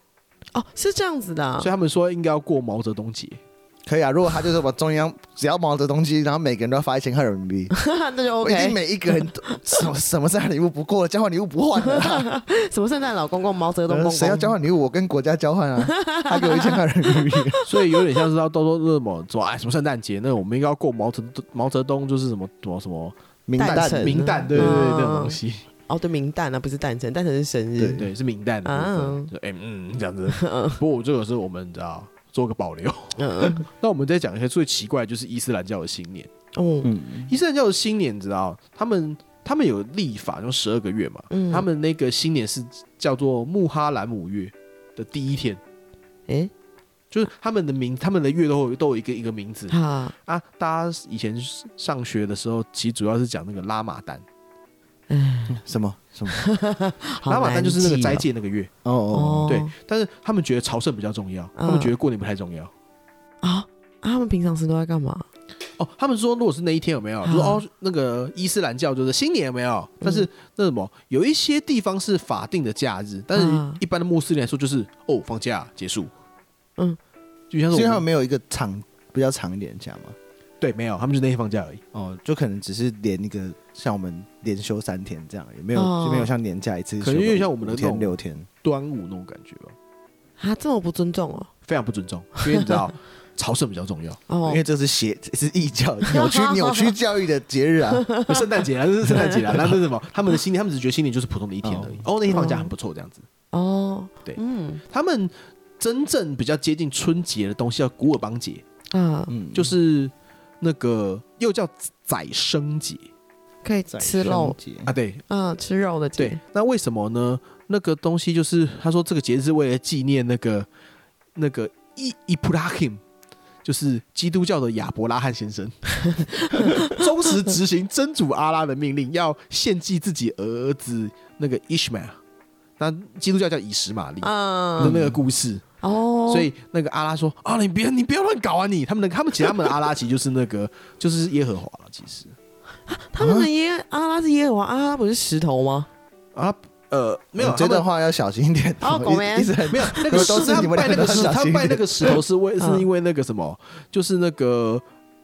Speaker 3: 哦，是这样子的啊
Speaker 2: 所以，他们说应该要过毛泽东节。
Speaker 1: 可以啊，如果他就是把中央只要毛泽东西，然后每个人都要发一千块人民币，
Speaker 3: 那就
Speaker 1: 我一定
Speaker 3: OK。
Speaker 1: 每一个人都什么什么生日礼物不过，交换礼物不换啊的啦。
Speaker 3: 什么圣诞老公公、毛泽东
Speaker 2: 呃
Speaker 3: 公公，
Speaker 1: 呃谁要交换礼物？我跟国家交换啊，他给我一千块人民币。
Speaker 2: 所以有点像是要都说那什么什么哎什么圣诞节，那我们应该要过毛泽东毛泽东就是什么什么什么
Speaker 1: 明
Speaker 3: 诞
Speaker 1: 旦
Speaker 3: 辰
Speaker 2: 明旦，对对对
Speaker 3: 嗯
Speaker 2: 那种东西。
Speaker 3: 哦，对，明旦啊，不是诞辰，诞辰是生日。
Speaker 2: 对，是明旦的部分
Speaker 3: 啊
Speaker 2: 就哎、嗯这样子。不过我这个是我们你知道做个保留。
Speaker 3: 嗯
Speaker 2: 那我们再讲一下最奇怪，就是伊斯兰教的新年。
Speaker 3: 哦
Speaker 1: 嗯，
Speaker 2: 伊斯兰教的新年，你知道他们他们有历法，用十二个月嘛。
Speaker 3: 嗯，
Speaker 2: 他们那个新年是叫做穆哈兰姆月的第一天，
Speaker 3: 诶
Speaker 2: 就是他们的名，他们的月都有都有一个一个名字
Speaker 3: 哈
Speaker 2: 啊。大家以前上学的时候，其实主要是讲那个拉马丹，
Speaker 1: 什么什么？
Speaker 3: 好
Speaker 2: 拉马丹就是那个斋
Speaker 3: 难记
Speaker 2: 戒
Speaker 3: 啊
Speaker 2: 那个月，
Speaker 1: 哦哦，
Speaker 3: 哦嗯
Speaker 2: 对。但是他们觉得朝圣比较重要，他们觉得过年不太重要。
Speaker 3: 哦啊啊！他们平常时都在干嘛？
Speaker 2: 哦，他们说如果是那一天有没有，就
Speaker 3: 啊嗯
Speaker 2: 是哦那个伊斯兰教就是新年有没有？但是那什么，有一些地方是法定的假日，但是
Speaker 3: 啊
Speaker 2: 一般的穆斯林来说就是哦放假结束，
Speaker 3: 嗯，
Speaker 2: 就像
Speaker 1: 所以
Speaker 2: 是
Speaker 1: 他
Speaker 2: 我
Speaker 1: 们
Speaker 2: 们
Speaker 1: 没有一个长比较长一点的假嘛？
Speaker 2: 对没有，他们就那天放假而已。
Speaker 1: 哦，就可能只是连一个像我们连休三天这样，也没有、
Speaker 3: 哦
Speaker 1: 就没有像年假一次休
Speaker 2: 可
Speaker 1: 个五，
Speaker 2: 能因为像我们的
Speaker 1: 五
Speaker 2: 那种
Speaker 1: 天六天，
Speaker 2: 端午那种感觉吧，
Speaker 3: 啊，这么不尊重哦。
Speaker 2: 非常不尊重，因为你知 道朝圣比较重要，
Speaker 1: 因
Speaker 3: 哦
Speaker 1: 为，这是邪这是异教 扭 曲扭曲教育的节日啊。
Speaker 2: 圣诞节啊，这是圣诞节 啊，那是什么？他们的新年，他们只觉得新年就是普通的一天而已。哦，那天放假很不错，这样子。
Speaker 3: 哦，
Speaker 2: 对
Speaker 3: 嗯
Speaker 2: 他们真正比较接近春节的东西叫古尔邦节，
Speaker 3: 啊
Speaker 1: 嗯，
Speaker 2: 就是那个又叫宰牲节。
Speaker 3: 可以
Speaker 1: 在
Speaker 3: 吃肉
Speaker 1: 双，节
Speaker 2: 啊，对
Speaker 3: 嗯，吃肉的节
Speaker 2: 对，，那为什么呢？那个东西就是他说这个节日是为了纪念那个那个伊伊普拉 him，就是基督教的亚伯拉罕先生， 忠实执行真主阿拉的命令，要献祭自己儿子那个 Ishmael，那基督教叫以实玛利的
Speaker 3: 嗯
Speaker 2: 那，个故事。
Speaker 3: 哦，
Speaker 2: 所以那个阿拉说：“啊，你别你不要乱搞啊你！他们的他们其实他们的阿拉其实就是那个就是耶和华了，其实
Speaker 3: 他们的耶阿拉是耶和华，阿拉不是石头吗？
Speaker 2: 啊呃没有
Speaker 1: 嗯这
Speaker 2: 他们
Speaker 1: 段话要小心一点。
Speaker 3: 哦
Speaker 1: 我
Speaker 3: 狗妹
Speaker 1: 一直很
Speaker 2: 没有，那个
Speaker 1: 都
Speaker 2: 石
Speaker 1: 是
Speaker 2: 他
Speaker 1: 你们
Speaker 2: 拜那
Speaker 1: 两个
Speaker 2: 个
Speaker 1: 都
Speaker 2: 石，
Speaker 1: 小
Speaker 2: 他
Speaker 1: 心一
Speaker 2: 拜
Speaker 1: 点
Speaker 2: 那个石头是为
Speaker 3: 嗯
Speaker 2: 是因为那个什么，就是那个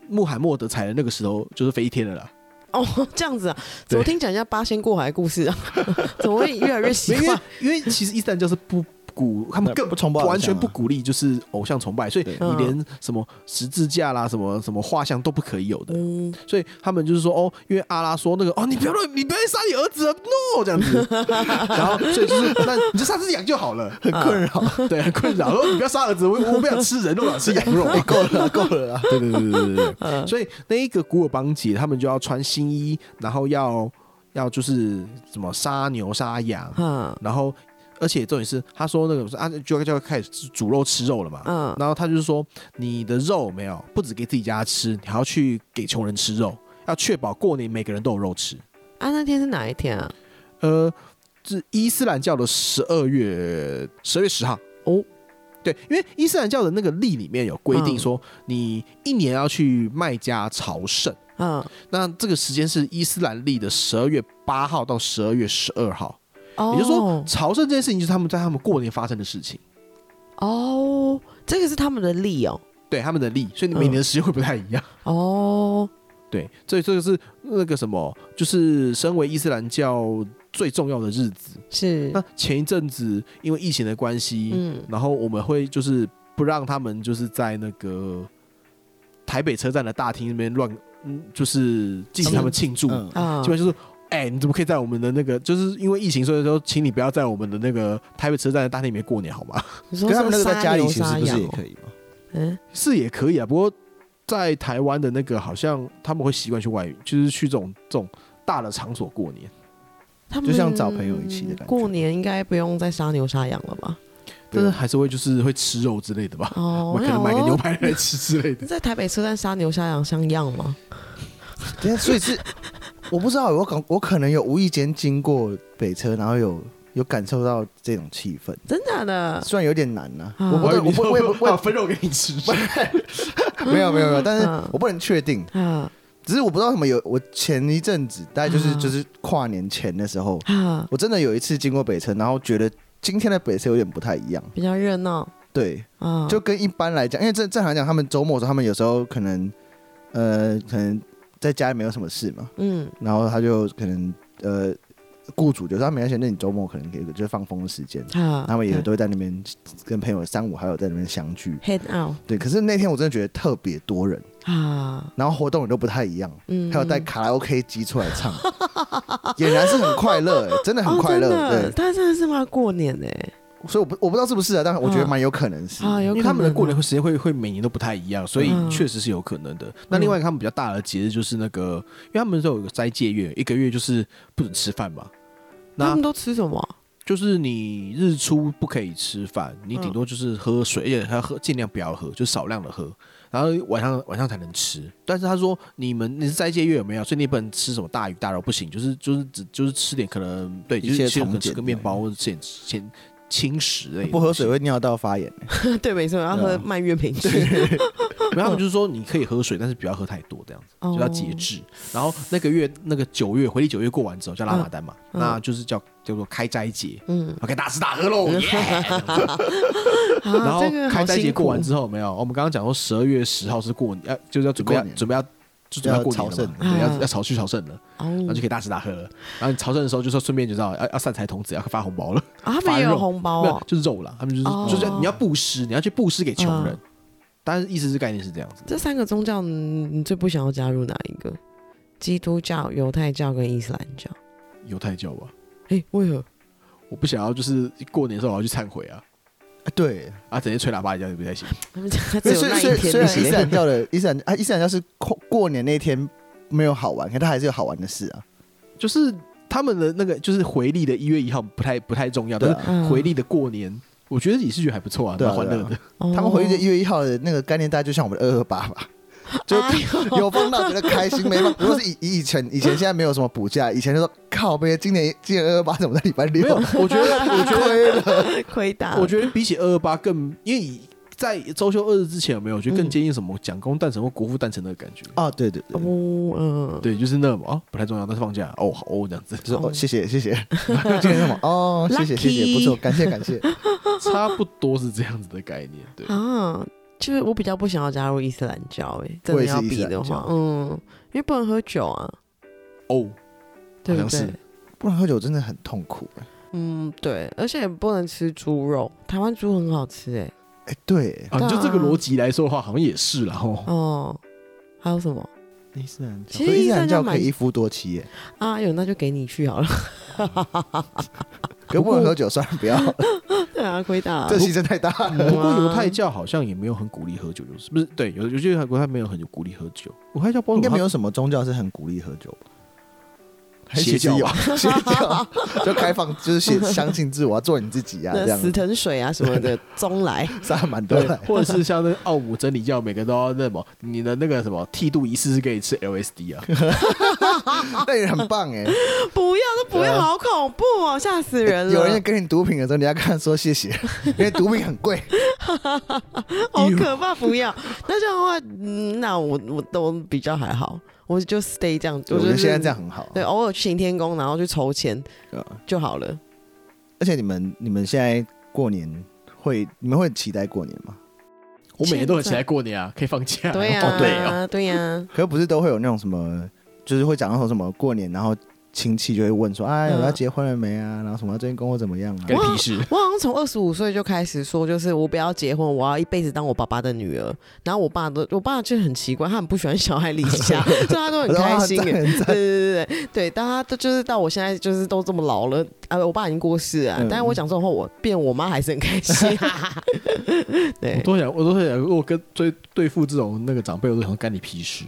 Speaker 2: 穆罕默德踩的那个石头就是飞天了啦。
Speaker 3: 哦，这样子啊，
Speaker 2: 对
Speaker 3: 怎么听起来像八仙过海的故事啊？ 怎么会越来越奇
Speaker 2: 没有因为
Speaker 3: 怪？
Speaker 2: 因为其实伊斯兰教是不鼓，他们更
Speaker 1: 不崇拜偶像啊
Speaker 2: 完全不鼓励就是偶像崇拜，所以
Speaker 1: 对嗯
Speaker 2: 你连什么十字架啦、什么什么画像都不可以有的。
Speaker 3: 嗯，
Speaker 2: 所以他们就是说，哦，因为阿拉说那个，哦，你不要乱，你不要杀你儿子啊，no 这样子， 然后所以就是，那你就杀只羊就好了， 很困扰，对，很困扰。哦说你不要杀儿子，我我不想吃人肉，我想吃羊肉， 够了，够了啊！对对对对对对。 所以那一个古尔邦节，他们就要穿新衣，然后要要就是什么杀牛杀羊，
Speaker 3: 嗯
Speaker 2: 然后而且重点是，他说那个啊，就就要开始煮肉吃肉了嘛，
Speaker 3: 嗯，
Speaker 2: 然后他就是说，你的肉没有，不止给自己家吃，你还要去给穷人吃肉，要确保过年每个人都有肉吃。
Speaker 3: 啊，那天是哪一天啊？
Speaker 2: 呃，这伊斯兰教的十二月十月十号
Speaker 3: 哦，
Speaker 2: 对，因为伊斯兰教的那个历里面有规定
Speaker 3: 嗯
Speaker 2: 说，你一年要去麦加朝圣，
Speaker 3: 嗯，
Speaker 2: 那这个时间是伊斯兰历的十二月八号到十二月十二号，
Speaker 3: 哦，
Speaker 2: 也就是说，朝圣这件事情就是他们在他们过年发生的事情。
Speaker 3: 哦，这个是他们的力哦，
Speaker 2: 对他们的历，所以你每年的时间会不太一样。
Speaker 3: 哦，
Speaker 2: 对，所以这个是那个什么，就是身为伊斯兰教最重要的日子。
Speaker 3: 是，
Speaker 2: 那前一阵子因为疫情的关系，
Speaker 3: 嗯
Speaker 2: 然后我们会就是不让他们就是在那个台北车站的大厅那边乱，嗯，就是禁止他们庆祝，
Speaker 1: 嗯
Speaker 3: 啊
Speaker 2: 基，本就是说。哎、你怎么可以在我们的那个？就是因为疫情，所以说，请你不要在我们的那个台北车站的大厅里面过年，好吗？
Speaker 3: 你
Speaker 1: 可
Speaker 3: 说
Speaker 1: 是他们那个在家里
Speaker 3: 是
Speaker 1: 其实
Speaker 3: 杀
Speaker 1: 不
Speaker 3: 羊
Speaker 1: 是也
Speaker 3: 哦
Speaker 1: 可以吗？
Speaker 3: 嗯，
Speaker 2: 是也可以啊，不过在台湾的那个，好像他们会习惯去外，就是去这种这种大的场所过年。
Speaker 3: 他们
Speaker 1: 就像找朋友一起的感觉
Speaker 3: 过年应该不用再杀牛杀羊了吧？
Speaker 2: 但是还是会就是会吃肉之类的吧，
Speaker 3: 哦，
Speaker 2: 我可能买个
Speaker 3: 我想
Speaker 2: 牛
Speaker 3: 说
Speaker 2: 排来吃之类的。
Speaker 3: 在台北车站杀牛杀羊像样吗？
Speaker 1: 对啊，所以是我不知道，我可我可能有无意间经过北车，然后有有感受到这种气氛，
Speaker 3: 真假的？
Speaker 1: 虽然有点难呐、
Speaker 3: 啊
Speaker 1: 我不
Speaker 3: 我
Speaker 1: 我不我也不我也
Speaker 2: 分肉给你吃，
Speaker 1: 不没有没有没有，但是
Speaker 3: 嗯
Speaker 1: 我不能确定，
Speaker 3: 啊
Speaker 1: 只是我不知道为什么有我前一阵子大概就是
Speaker 3: 啊
Speaker 1: 就是跨年前的时候，
Speaker 3: 啊，
Speaker 1: 我真的有一次经过北车，然后觉得今天的北车有点不太一样，
Speaker 3: 比较热闹
Speaker 1: 对，
Speaker 3: 啊，
Speaker 1: 就跟一般来讲，因为正正常来讲，他们周末的时候，他们有时候可能呃可能在家里没有什么事嘛，
Speaker 3: 嗯
Speaker 1: 然后他就可能呃，雇主就说他啊没关系，那你周末可能给就是放风的时间，
Speaker 3: 啊，
Speaker 1: 他们也都会在那边跟朋友三五好友在那边相聚。
Speaker 3: head out
Speaker 1: 对，可是那天我真的觉得特别多人，
Speaker 3: 啊，
Speaker 1: 然后活动也都不太一样，
Speaker 3: 嗯，
Speaker 1: 还有带卡拉 OK 机出来唱， 俨然是很快乐、欸，真的很
Speaker 3: 哦
Speaker 1: 快乐。
Speaker 3: 真的
Speaker 1: 对，
Speaker 3: 他真的是妈过年哎，
Speaker 1: 所以我不我不知道是不是啊，但我觉得蛮有可能是。
Speaker 3: 啊，有
Speaker 2: 因
Speaker 3: 可
Speaker 2: 为
Speaker 3: 能
Speaker 2: 他们的过年
Speaker 3: 啊
Speaker 2: 会时间会会每年都不太一样，所以确实是有可能的。那另外一个他们比较大的节日就是那个，因为他们都有一个斋戒月，一个月就是不准吃饭嘛。
Speaker 3: 他
Speaker 2: 那
Speaker 3: 们都吃什么啊？
Speaker 2: 就是你日出不可以吃饭，你顶多就是喝水，而且他喝尽量不要喝，就少量的喝，然后晚上晚上才能吃。但是他说你们你是斋戒月有没有？所以你不能吃什么大鱼大肉，不行，就是就是只就是吃点可能对，
Speaker 1: 一
Speaker 2: 就
Speaker 1: 些
Speaker 2: 是吃
Speaker 1: 从
Speaker 2: 可能吃
Speaker 1: 简
Speaker 2: 个
Speaker 1: 的
Speaker 2: 面包或者吃点轻轻食类的东西。
Speaker 1: 不喝水会尿道发炎、欸
Speaker 3: 对，没错，要
Speaker 1: 对
Speaker 3: 喝
Speaker 1: 啊
Speaker 3: 蔓越莓汁，
Speaker 2: 没有，他们就是说你可以喝水，但是不要喝太多，这样子
Speaker 3: 哦
Speaker 2: 就要节制。然后那个月那个九月回历九月过完之后叫拉马丹嘛，
Speaker 3: 嗯嗯
Speaker 2: 那就是叫叫做开斋节。
Speaker 3: 嗯，
Speaker 2: OK，大吃大喝喽！耶然
Speaker 3: 啊，
Speaker 2: 后
Speaker 3: 这个
Speaker 2: 开
Speaker 3: 好
Speaker 2: 斋节
Speaker 3: 辛
Speaker 2: 过
Speaker 3: 苦
Speaker 2: 完之后，没有，我们刚刚讲说十二月十号是过年，呃，就是要准备
Speaker 1: 过
Speaker 2: 要
Speaker 1: 年
Speaker 2: 准备要就准备
Speaker 1: 要
Speaker 2: 过年
Speaker 1: 朝
Speaker 2: 了
Speaker 1: 圣嗯
Speaker 2: 嘛，对，
Speaker 3: 啊
Speaker 2: 要要朝去朝圣了，然后
Speaker 3: 哦
Speaker 2: 就可以大吃大喝了。然后你朝圣的时候就说顺便就知道哎要要散财童子，要发红包了，
Speaker 3: 啊，他们
Speaker 2: 发
Speaker 3: 也有
Speaker 2: 肉
Speaker 3: 红包
Speaker 2: 没有
Speaker 3: 哦，
Speaker 2: 就是肉啦，他们就是
Speaker 3: 哦
Speaker 2: 就是要你要布施，你要去布施给穷人
Speaker 1: 哦
Speaker 3: 嗯。
Speaker 2: 但是意思是概念是这样子的，
Speaker 3: 这三个宗教嗯你最不想要加入哪一个？基督教、犹太教跟伊斯兰教？
Speaker 2: 犹太教吧，
Speaker 3: 哎，为何？
Speaker 2: 我不想要就是过年的时候我要去忏悔啊
Speaker 1: 对，
Speaker 2: 啊，整天吹喇叭一样也不太行。
Speaker 3: 他们家
Speaker 1: 所
Speaker 3: 只
Speaker 1: 以
Speaker 3: 有
Speaker 1: 所以
Speaker 3: 那
Speaker 1: 所以
Speaker 3: 一
Speaker 1: 虽然伊斯
Speaker 3: 天
Speaker 1: 兰教的伊斯兰啊伊斯兰教是过过年那天没有好玩，可它还是有好玩的事啊。
Speaker 2: 就是他们的那个就是回力的一月一号不太不太重要，
Speaker 1: 对
Speaker 2: 但
Speaker 1: 啊
Speaker 2: 是回力的过年，我觉得也是觉得还不错啊，
Speaker 1: 对啊
Speaker 2: 蛮欢乐的。
Speaker 3: 哦
Speaker 1: 他们回忆的一月一号的那个概念，大概就像我们的二二八 吧，就
Speaker 3: 哎呦
Speaker 1: 有放到觉得开心，没放。如果是以以以前以前现在没有什么补假，以前就说靠呗，今年今年二二八怎么在礼拜六？
Speaker 2: 没有， 我觉得我觉得
Speaker 1: 亏了，
Speaker 3: 亏大，
Speaker 2: 我觉得比起二二八更，因为以在周休二日之前有没有，我觉得更
Speaker 3: 嗯
Speaker 2: 接近什么蒋公诞辰或国父诞辰的感觉。
Speaker 1: 哦，对对对，
Speaker 3: 哦，嗯，
Speaker 2: 对，就是那种啊，不太重要，但是放假哦，好哦这样子，
Speaker 1: 就是 哦，谢谢谢谢，今天什么？哦，谢谢谢
Speaker 3: Lucky
Speaker 1: 谢，不错，感谢感 谢。
Speaker 2: 差不多是这样子的概念。对，
Speaker 3: 啊，就是我比较不想要加入伊斯兰教，哎，真
Speaker 1: 我
Speaker 3: 的
Speaker 1: 也是
Speaker 3: 要
Speaker 1: 伊斯
Speaker 3: 比
Speaker 1: 兰
Speaker 3: 的
Speaker 1: 教
Speaker 3: 话，嗯，因为不能喝酒啊，
Speaker 2: 哦，
Speaker 3: 对
Speaker 2: 好
Speaker 3: 不
Speaker 2: 像
Speaker 3: 对
Speaker 2: 是？
Speaker 1: 不然喝酒真的很痛苦。欸
Speaker 3: 嗯，对，而且也不能吃猪肉，台湾猪很好吃哎、
Speaker 1: 哎，对，
Speaker 2: 啊，你就这个逻辑来说的话，好像也是啦哦。
Speaker 3: 哦，还有什么
Speaker 1: 伊斯兰教，
Speaker 3: 其实
Speaker 1: 所以伊
Speaker 3: 伊
Speaker 1: 斯
Speaker 3: 斯
Speaker 1: 兰
Speaker 3: 兰
Speaker 1: 教
Speaker 3: 教
Speaker 1: 可
Speaker 3: 蛮
Speaker 1: 以一夫多妻耶，
Speaker 3: 啊？有那就给你去好了。
Speaker 1: 可不能喝酒，算了，不要，
Speaker 3: 对啊，亏大、啊
Speaker 1: 这。牺牲太大了。
Speaker 2: 不过犹
Speaker 1: 啊
Speaker 2: 太教好像也没有很鼓励喝酒，就是不是？对，有有些犹太没有很鼓励喝酒，犹太教包
Speaker 1: 应该没有什么宗教是很鼓励喝酒吧？还
Speaker 2: 邪教
Speaker 1: 有 邪教，就开放，就是写相信自我，要做你自己呀，这
Speaker 3: 那
Speaker 1: 样
Speaker 3: 死藤水啊什 么的，中来
Speaker 1: 萨满都
Speaker 2: 对
Speaker 1: 来，，
Speaker 2: 或者是像那个奥姆真理教，每个都要那么你的那个什么剃度仪式是可以吃 LSD 啊，
Speaker 1: 那也很棒哎。
Speaker 3: 不要，都不
Speaker 1: 对啊
Speaker 3: 要，好恐怖哦，吓死人了！
Speaker 1: 有 人给你毒品的时候，你要跟他说谢谢，因为毒品很贵。
Speaker 3: 好可怕，不要。那这样的话，嗯那我我都比较还好，我就 stay 这样，
Speaker 1: 我
Speaker 3: 就
Speaker 1: 觉得
Speaker 3: 是
Speaker 1: 现在这样很好。啊
Speaker 3: 对，偶尔去行天宫，然后去筹钱
Speaker 1: 对啊
Speaker 3: 就好了。
Speaker 1: 而且你们你们现在过年会你们会期待过年吗？
Speaker 2: 我每年都很期
Speaker 3: 现在
Speaker 2: 待过年啊，可以放假、
Speaker 3: 对呀、
Speaker 2: 好累哦。
Speaker 3: 对啊呀、
Speaker 1: 可是不是都会有那种什么，就是会讲到说什么过年，然后亲戚就会问说，哎，
Speaker 3: 嗯
Speaker 1: 我要结婚了没啊？然后什么最近工作怎么样啊
Speaker 2: 干？屁事！
Speaker 3: 我好像从二十五岁就开始说，就是我不要结婚，我要一辈子当我爸爸的女儿。然后我爸都，我爸就很奇怪，他很不喜欢小孩离家，所以他都很开心
Speaker 1: 我说啊赞很
Speaker 3: 耶。对
Speaker 1: 赞
Speaker 3: 对对对对，但他都就是到我现在就是都这么老了，啊，我爸已经过世了啊，
Speaker 1: 嗯
Speaker 3: 但是我讲这种话，我变我妈还是很开心。哈哈哈
Speaker 2: 我
Speaker 3: 对，
Speaker 2: 都想，我都想，如果跟对对付这种那个长辈，我都想说干你屁事。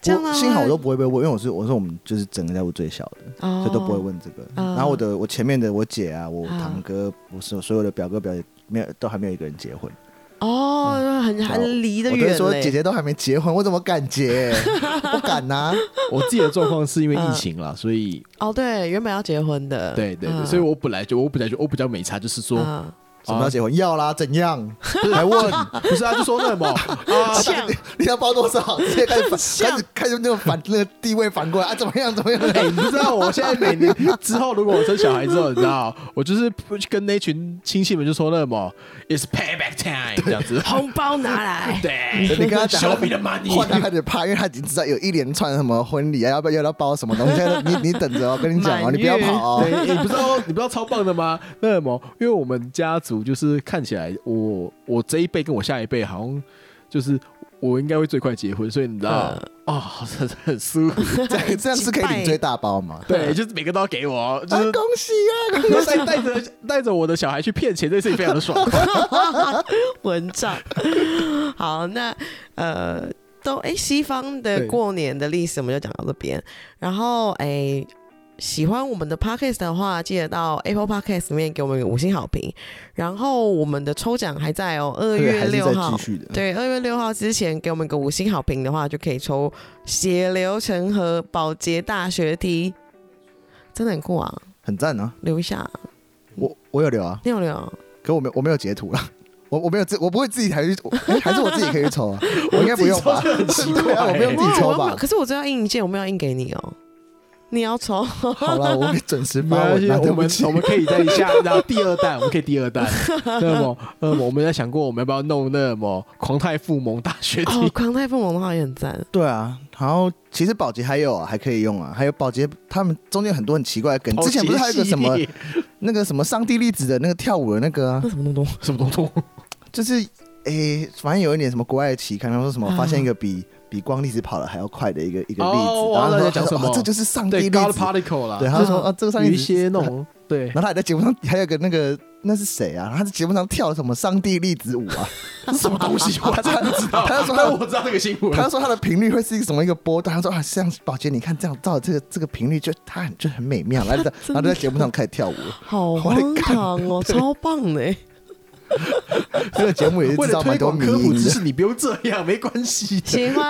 Speaker 3: 这样啊
Speaker 1: 我幸好我都不会被问，因为我是我是我们就是整个家族最小的，
Speaker 3: 哦
Speaker 1: 所以都不会问这个。
Speaker 3: 啊
Speaker 1: 然后我的我前面的我姐啊，我
Speaker 3: 啊
Speaker 1: 堂哥，我所所有的表哥表姐，没有都还没有一个人结婚。
Speaker 3: 哦，很
Speaker 1: 然后
Speaker 3: 很离得
Speaker 1: 我都
Speaker 3: 远
Speaker 1: 会说
Speaker 3: 嘞
Speaker 1: 姐姐都还没结婚，我怎么敢结？不敢啊 呐、
Speaker 2: 我自己的状况是因为疫
Speaker 3: 嗯
Speaker 2: 情啦，所以
Speaker 3: 哦，对，原本要结婚的，
Speaker 2: 对对对，
Speaker 3: 嗯
Speaker 2: 所以我本来就我本来就我比较没差，就是说
Speaker 3: 嗯
Speaker 1: 什么要结婚？要啦，怎样？还问？
Speaker 2: 不是啊，就说那么啊，
Speaker 3: 像
Speaker 1: 你 要包多少？直接开始反，
Speaker 3: 像
Speaker 1: 开始开始那个反那个地位反过来啊？怎么样？怎么样？
Speaker 2: 哎、你知道我现在每年之后，如果我生小孩之后，你知道，我就是跟那群亲戚们就说那什么，it's payback time 这样子。，
Speaker 3: 红包拿来
Speaker 2: 对，
Speaker 1: 你跟他讲
Speaker 2: show me the money，
Speaker 1: 换他开始怕，因为他已经知道有一连串什么婚礼啊，要不要要包什么东西？现在 你你等着哦，跟你讲哦，
Speaker 3: 满
Speaker 1: 你不要
Speaker 3: 月
Speaker 1: 跑哦。
Speaker 2: 对，你不知道你不知道超棒的吗？ 那什么，因为我们家族就是看起来我我这一辈跟我下一辈好像就是我应该会最快结婚，所以你知道
Speaker 3: 嗯
Speaker 2: 哦，很很舒 服。
Speaker 1: 这样这样是可以领最大包吗？
Speaker 2: 对，就是每个都要给我，哦就
Speaker 1: 啊，
Speaker 2: 是
Speaker 1: 恭喜啊！
Speaker 2: 带带着带着我的小孩去骗钱，这事情非常的爽快。
Speaker 3: 蚊帐。好，那呃，都哎、西方的
Speaker 2: 对
Speaker 3: 过年的历史我们就讲到这边。然后哎、喜欢我们的 podcast 的话，记得到 Apple Podcast 里面给我们一个五星好评。然后我们的抽奖还在哦，二
Speaker 1: 对，还
Speaker 3: 月
Speaker 1: 是
Speaker 3: 六
Speaker 1: 在
Speaker 3: 号
Speaker 1: 继。续的。
Speaker 3: 对，二月六号之前给我们一个五星好评的话，就可以抽血流成河保洁大学梯，真的很酷啊！
Speaker 1: 很赞啊！
Speaker 3: 留一下，
Speaker 1: 我我有留啊，
Speaker 3: 你有留啊？
Speaker 1: 可我没有我没有截图了。我我没有自我不会自己还去，我哎还是我自己可以去抽啊？我 应该不用 吧？
Speaker 2: 我自己抽就很奇
Speaker 1: 对
Speaker 2: 怪欸
Speaker 1: 啊我没有自己抽
Speaker 3: 我要
Speaker 1: 吧
Speaker 3: 不？可是我这要印一件，我没有要印给你哦。你要 抽，哦
Speaker 1: 好了，我会准时
Speaker 2: 没
Speaker 1: 发
Speaker 2: 关
Speaker 1: 文
Speaker 2: 系，
Speaker 1: 啊，对
Speaker 2: 我
Speaker 1: 不
Speaker 2: 们
Speaker 1: 起
Speaker 2: 我。们可以在下，然后第二弹，我们可以第 二弹。那么，呃，我们在想过我们要不要弄那么狂太附萌大学
Speaker 3: 哦
Speaker 2: 体，？
Speaker 3: 狂太凤凰的话也很赞。
Speaker 1: 对啊，然后其实保洁还有啊，还可以用啊，还有保洁他们中间很多很奇怪的梗，之前不是还有一个什么那个什么上帝粒子的那个跳舞的那个、啊
Speaker 3: 那，什么东东？
Speaker 2: 什么东东？
Speaker 1: 就是诶、反正有一点什么国外的期刊，他们说什么
Speaker 3: 啊
Speaker 1: 发现一个比、比光粒子跑得还要快的一个一个
Speaker 2: 哦
Speaker 1: 粒子，
Speaker 2: 我
Speaker 1: 然后他
Speaker 2: 知道
Speaker 1: 说
Speaker 2: 在讲什么
Speaker 1: 哦这就是上帝
Speaker 2: 对
Speaker 1: 粒
Speaker 2: ，God
Speaker 1: 子，
Speaker 2: Particle 啦，
Speaker 1: 对，他就说
Speaker 3: 啊
Speaker 1: 啊这个上帝
Speaker 2: 有
Speaker 1: 粒
Speaker 2: 一
Speaker 1: 子
Speaker 2: 些那种对
Speaker 1: 然后他还在节目上还有个那个那是谁啊？他在节目上跳什么上帝粒子舞啊？
Speaker 2: 什么东西，我真的不知道。
Speaker 1: 他说他
Speaker 2: 但 我知道这个新闻，
Speaker 1: 他说他的频率会是一个什么一个波段？他说啊，像宝洁，你看这样照这个这个频率就，他很就很美妙，然后 就然后就在节目上开始跳舞。
Speaker 3: 好
Speaker 1: 我的
Speaker 3: 荒
Speaker 1: 干
Speaker 3: 唐哦，超棒的欸，
Speaker 1: 这个节目也是
Speaker 2: 为
Speaker 1: 制造
Speaker 2: 了
Speaker 1: 蛮
Speaker 2: 推
Speaker 1: 多
Speaker 2: 广
Speaker 1: 迷
Speaker 2: 科普
Speaker 1: 因
Speaker 2: 知
Speaker 1: 的。
Speaker 2: 识，你不用这样，没关系的。
Speaker 3: 喜欢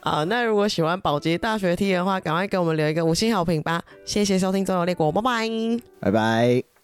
Speaker 3: 啊！那如果喜欢保洁大学 T 的话，赶快给我们留一个五星好评吧！谢谢收听《周游列国》，拜拜。
Speaker 1: 拜拜。